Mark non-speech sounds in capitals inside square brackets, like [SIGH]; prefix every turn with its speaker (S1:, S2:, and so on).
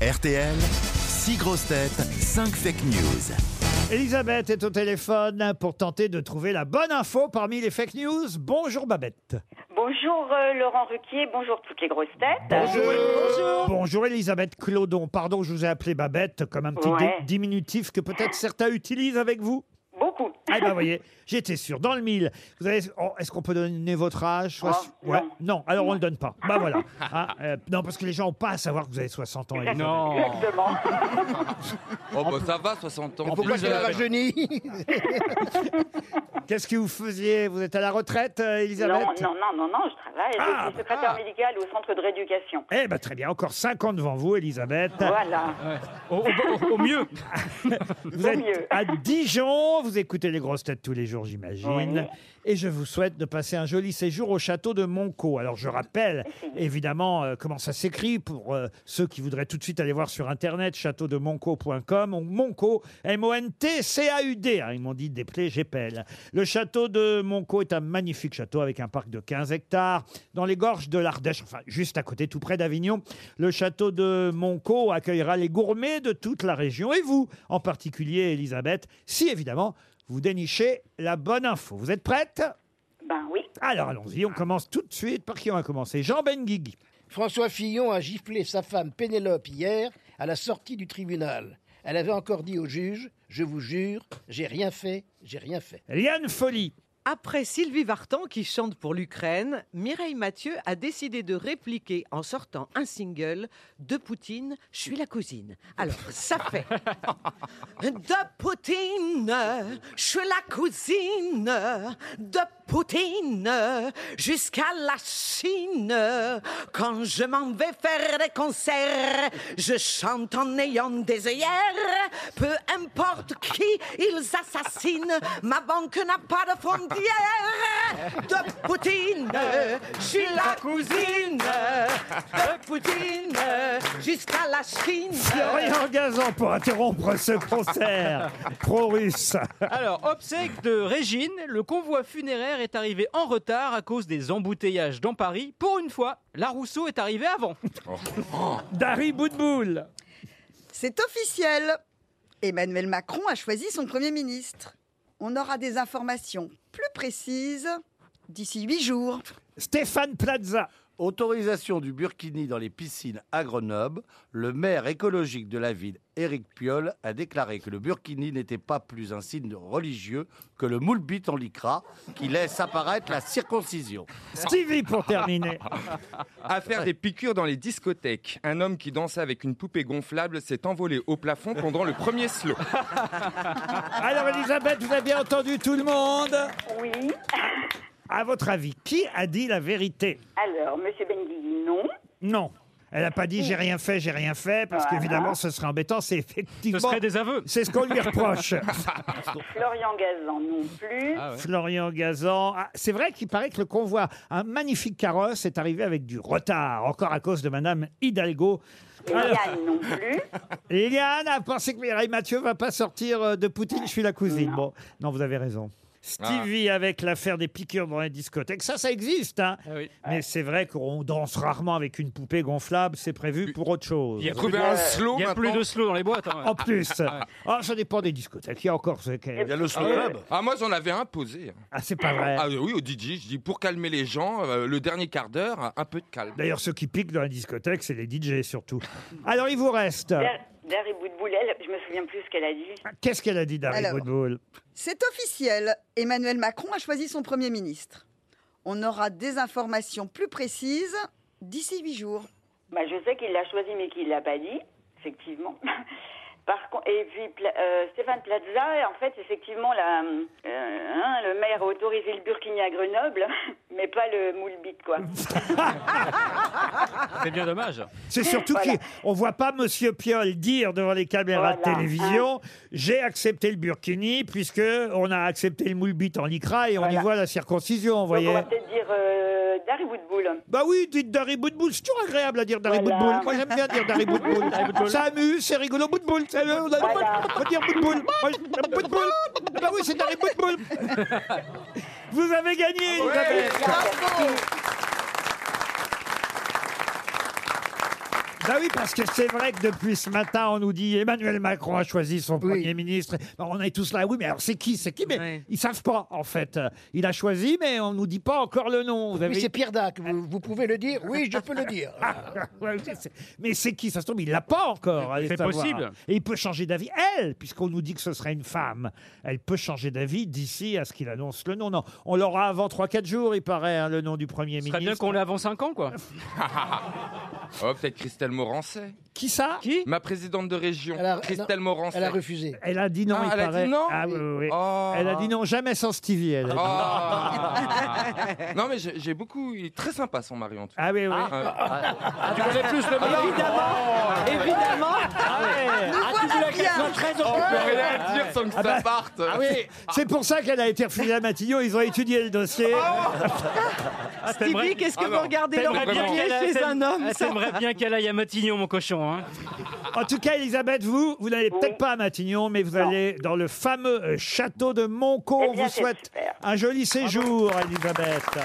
S1: RTL, 6 grosses têtes, 5 fake news.
S2: Elisabeth est au téléphone pour tenter de trouver la bonne info parmi les fake news. Bonjour Babette.
S3: Bonjour euh, Laurent Ruquier, bonjour toutes les grosses têtes.
S2: Bonjour. Bonjour Elisabeth Clodon. Pardon, je vous ai appelé Babette comme un petit dé-
S3: Ouais.
S2: diminutif que peut-être certains utilisent avec vous.
S3: Beaucoup.
S2: Ah ben
S3: [LAUGHS]
S2: voyez, j'étais sûr. Dans le mille, vous avez. oh, Est-ce qu'on peut donner votre âge soix-
S3: Oh,
S2: ouais.
S3: non.
S2: non, alors on le donne pas. Bah
S3: [LAUGHS]
S2: voilà. Hein, euh, non, parce que les gens n'ont pas à savoir que vous avez 60 ans. Elisabeth.
S4: Non
S3: Exactement.
S4: Oh bah ça va, 60 ans.
S5: Pourquoi
S4: Plus,
S5: je
S4: euh,
S5: la rajeunis
S2: Qu'est-ce que vous faisiez Vous êtes à la retraite, euh, Elisabeth
S3: Non, non, non, non, non, je travaille.
S2: Ah,
S3: je suis secrétaire
S2: ah.
S3: médicale au centre de rééducation.
S2: Eh ben très bien, encore 5 ans devant vous, Elisabeth.
S3: Voilà.
S2: Ah
S4: au, au- au mieux.
S2: Vous
S3: Au
S2: êtes
S3: mieux.
S2: à Dijon, vous écoutez les grosses têtes tous les jours, j'imagine.
S3: Oui.
S2: Et je vous souhaite de passer un joli séjour au château de Monco. Alors je rappelle évidemment euh, comment ça s'écrit pour euh, ceux qui voudraient tout de suite aller voir sur internet châteaudemonco.com ou Monco, M-O-N-T-C-A-U-D. hein, ils m'ont dit des plaies, j'épelle. Le château de Monco est un magnifique château avec un parc de 15 hectares dans les gorges de l'Ardèche, enfin juste à côté, tout près d'Avignon. Le château de Monco accueillera les gourmets de toute la région et vous, en particulier Elisabeth, si évidemment vous dénichez la bonne info. Vous êtes prête
S3: Ben oui.
S2: Alors allons-y, on commence tout de suite. Par qui on va commencer Jean Benguigui.
S5: François Fillon a giflé sa femme Pénélope hier à la sortie du tribunal. Elle avait encore dit au juge Je vous jure, j'ai rien fait, j'ai rien fait.
S2: Liane Folly.
S6: Après Sylvie Vartan qui chante pour l'Ukraine, Mireille Mathieu a décidé de répliquer en sortant un single de Poutine, Je suis la cousine. Alors, ça fait De Poutine, je suis la cousine de Poutine jusqu'à la Chine. Quand je m'en vais faire des concerts, je chante en ayant des œillères. Peu importe qui ils assassinent, ma banque n'a pas de frontières. De Poutine, je suis la cousine de Poutine jusqu'à la Chine.
S2: Florian Gazan pour interrompre ce concert pro-russe.
S7: Alors, obsèque de Régine, le convoi funéraire est arrivé en retard à cause des embouteillages dans Paris. Pour une fois, la Rousseau est arrivée avant.
S2: Dari Boudboul.
S8: C'est officiel. Emmanuel Macron a choisi son Premier ministre. On aura des informations plus précises d'ici huit jours.
S2: Stéphane Plaza.
S9: Autorisation du burkini dans les piscines à Grenoble. Le maire écologique de la ville, Éric Piolle, a déclaré que le burkini n'était pas plus un signe religieux que le moulbit en lycra qui laisse apparaître la circoncision.
S2: Stevie pour
S7: [LAUGHS]
S2: terminer.
S4: À faire des piqûres dans les discothèques. Un homme qui dansait avec une poupée gonflable s'est envolé au plafond pendant le premier
S7: [LAUGHS]
S4: slow.
S2: Alors Elisabeth, vous avez bien entendu tout le monde.
S3: Oui.
S2: À votre avis, qui a dit la vérité
S3: Alors, Monsieur Benguigui, non.
S2: Non. Elle n'a pas dit j'ai rien fait, j'ai rien fait, parce
S3: Voilà.
S2: qu'évidemment ce serait embêtant, c'est effectivement.
S7: Ce serait des aveux.
S2: C'est ce qu'on lui
S7: [LAUGHS]
S2: reproche.
S3: Florian Gazan, non plus.
S2: Ah.
S7: Ah
S2: Florian Gazan. Ah, c'est vrai qu'il paraît que le convoi, un magnifique carrosse, est arrivé avec du retard, encore à cause de Madame Hidalgo.
S3: Et
S2: Alors,
S3: Yann, non plus.
S2: Ah. Liliane a pensé que Mireille Mathieu va pas sortir euh, de Poutine, je suis la cousine. Bon, non, vous avez raison. Stevie avec l'affaire des piqûres dans les discothèques, ça, ça existe. hein. Mais c'est vrai qu'on danse rarement avec une poupée gonflable, c'est prévu pour autre chose.
S7: Il y a
S4: Trouver un slow
S7: Il n'y a plus
S4: maintenant.
S7: de slow dans les boîtes. hein.
S2: En plus, Ah, ça dépend des discothèques. Il y a encore ce qu'est-
S9: Il y a le slow club.
S4: Ah, moi j'en avais imposé.
S2: Ah, c'est pas vrai.
S4: Ah oui, au DJ, je dis pour calmer les gens, euh, le dernier quart d'heure, un peu de calme.
S2: D'ailleurs, ceux qui piquent dans la discothèque, c'est les DJ surtout. Alors, il vous reste.
S3: Der- Der et Boudboul, elle, je me souviens plus ce qu'elle a dit.
S2: Qu'est-ce qu'elle a dit, Dari
S8: Alors.
S2: Boudboul
S8: C'est officiel. Emmanuel Macron a choisi son Premier ministre. On aura des informations plus précises d'ici huit jours.
S3: Bah, je sais qu'il l'a choisi, mais qu'il l'a pas dit, effectivement. [LAUGHS] Par contre, et puis Pla- euh, Stéphane Plaza, en fait, effectivement, la, euh, hein, le maire a autorisé le burkini à Grenoble, [LAUGHS] mais pas le moulbit, quoi.
S7: C'est bien dommage.
S3: [LAUGHS]
S2: C'est surtout
S3: Voilà.
S2: qu'on ne voit pas Monsieur Piolle dire devant les caméras de
S3: Voilà. Ah.
S2: télévision J'ai accepté le burkini, puisque on a accepté le moulbit en lycra et on y
S3: Voilà.
S2: voit la circoncision, vous
S3: Donc,
S2: voyez.
S3: on va peut-être dire euh, Dari Woodbull.
S2: Bah oui, dites Dari Boudboul, c'est toujours agréable à dire Dari
S3: Voilà.
S2: Boudboul. Moi, j'aime bien dire
S3: [LAUGHS]
S2: Dari Boudboul. Ça amuse, c'est rigolo, Boudboul. c'est- On a-
S3: Voilà.
S2: on peut dire Boudboul. Moi, je- Boudboul. Bah oui, c'est Dari
S3: [LAUGHS]
S2: Boudboul. Vous avez gagné, Isabelle. Bah oui, parce que c'est vrai que depuis ce matin, on nous dit Emmanuel Macron a choisi son Premier ministre. Alors, On est tous là, oui, mais alors c'est qui C'est qui Mais ils savent pas, en fait. Il a choisi, mais on nous dit pas encore le nom. Vous
S5: Oui, c'est Pierre Dac. Vous, vous pouvez le dire Oui, je peux le
S9: [LAUGHS]
S5: dire.
S2: [LAUGHS] Ouais, mais c'est- Mais c'est qui Ça se trouve, il l'a pas encore. allez
S5: C'est
S2: savoir.
S5: possible.
S2: Et il peut changer d'avis, elle, puisqu'on nous dit que ce sera une femme. Elle peut changer d'avis d'ici à ce qu'il annonce le nom. Non, on l'aura avant 3-4 jours, il paraît, hein, le nom du Premier
S7: Ce
S2: ministre.
S7: serait bien qu'on l'ait avant 5 ans, quoi.
S4: oh, peut-être Christelle Morancet.
S2: Qui ça
S7: Qui
S4: Ma présidente de région, Christelle Morancet.
S5: Elle a refusé.
S2: Elle a dit non,
S4: Ah,
S2: il
S4: elle a dit
S2: paraît.
S4: non
S2: Ah oui, oui, oui.
S4: Oh.
S2: Elle a dit non, jamais sans Stevie. Elle a dit.
S5: [LAUGHS]
S4: Ah. non mais j'ai j'ai beaucoup, il est très sympa son mari en tout cas.
S2: Ah oui oui.
S4: Ah.
S10: euh, Tu connais plus le mari
S4: Évidemment.
S10: Évidemment Ah, tu voulais qu'elle soit très
S4: On peut
S10: heureuse.
S4: rien dire sans que
S2: Ah bah-
S4: ça parte.
S2: Ah oui, c'est pour ça qu'elle a été refusée à Matignon. Ils ont étudié le dossier.
S3: Ah.
S6: Stevie, qu'est-ce que
S7: Ah
S6: vous
S7: non.
S6: regardez leur
S7: T'aimerais bien
S6: pied
S7: qu'elle aille-
S6: chez un homme
S7: Ah,
S6: ça
S7: T'aimerais bien qu'elle aille à Matignon, mon cochon. Hein.
S2: En tout cas, Elisabeth, vous, vous n'allez peut-être pas à Matignon, mais vous allez dans le fameux euh, château de Monco.
S3: Eh
S2: On
S3: bien,
S2: vous
S3: c'est
S2: souhaite
S3: super.
S2: un joli séjour, Elisabeth.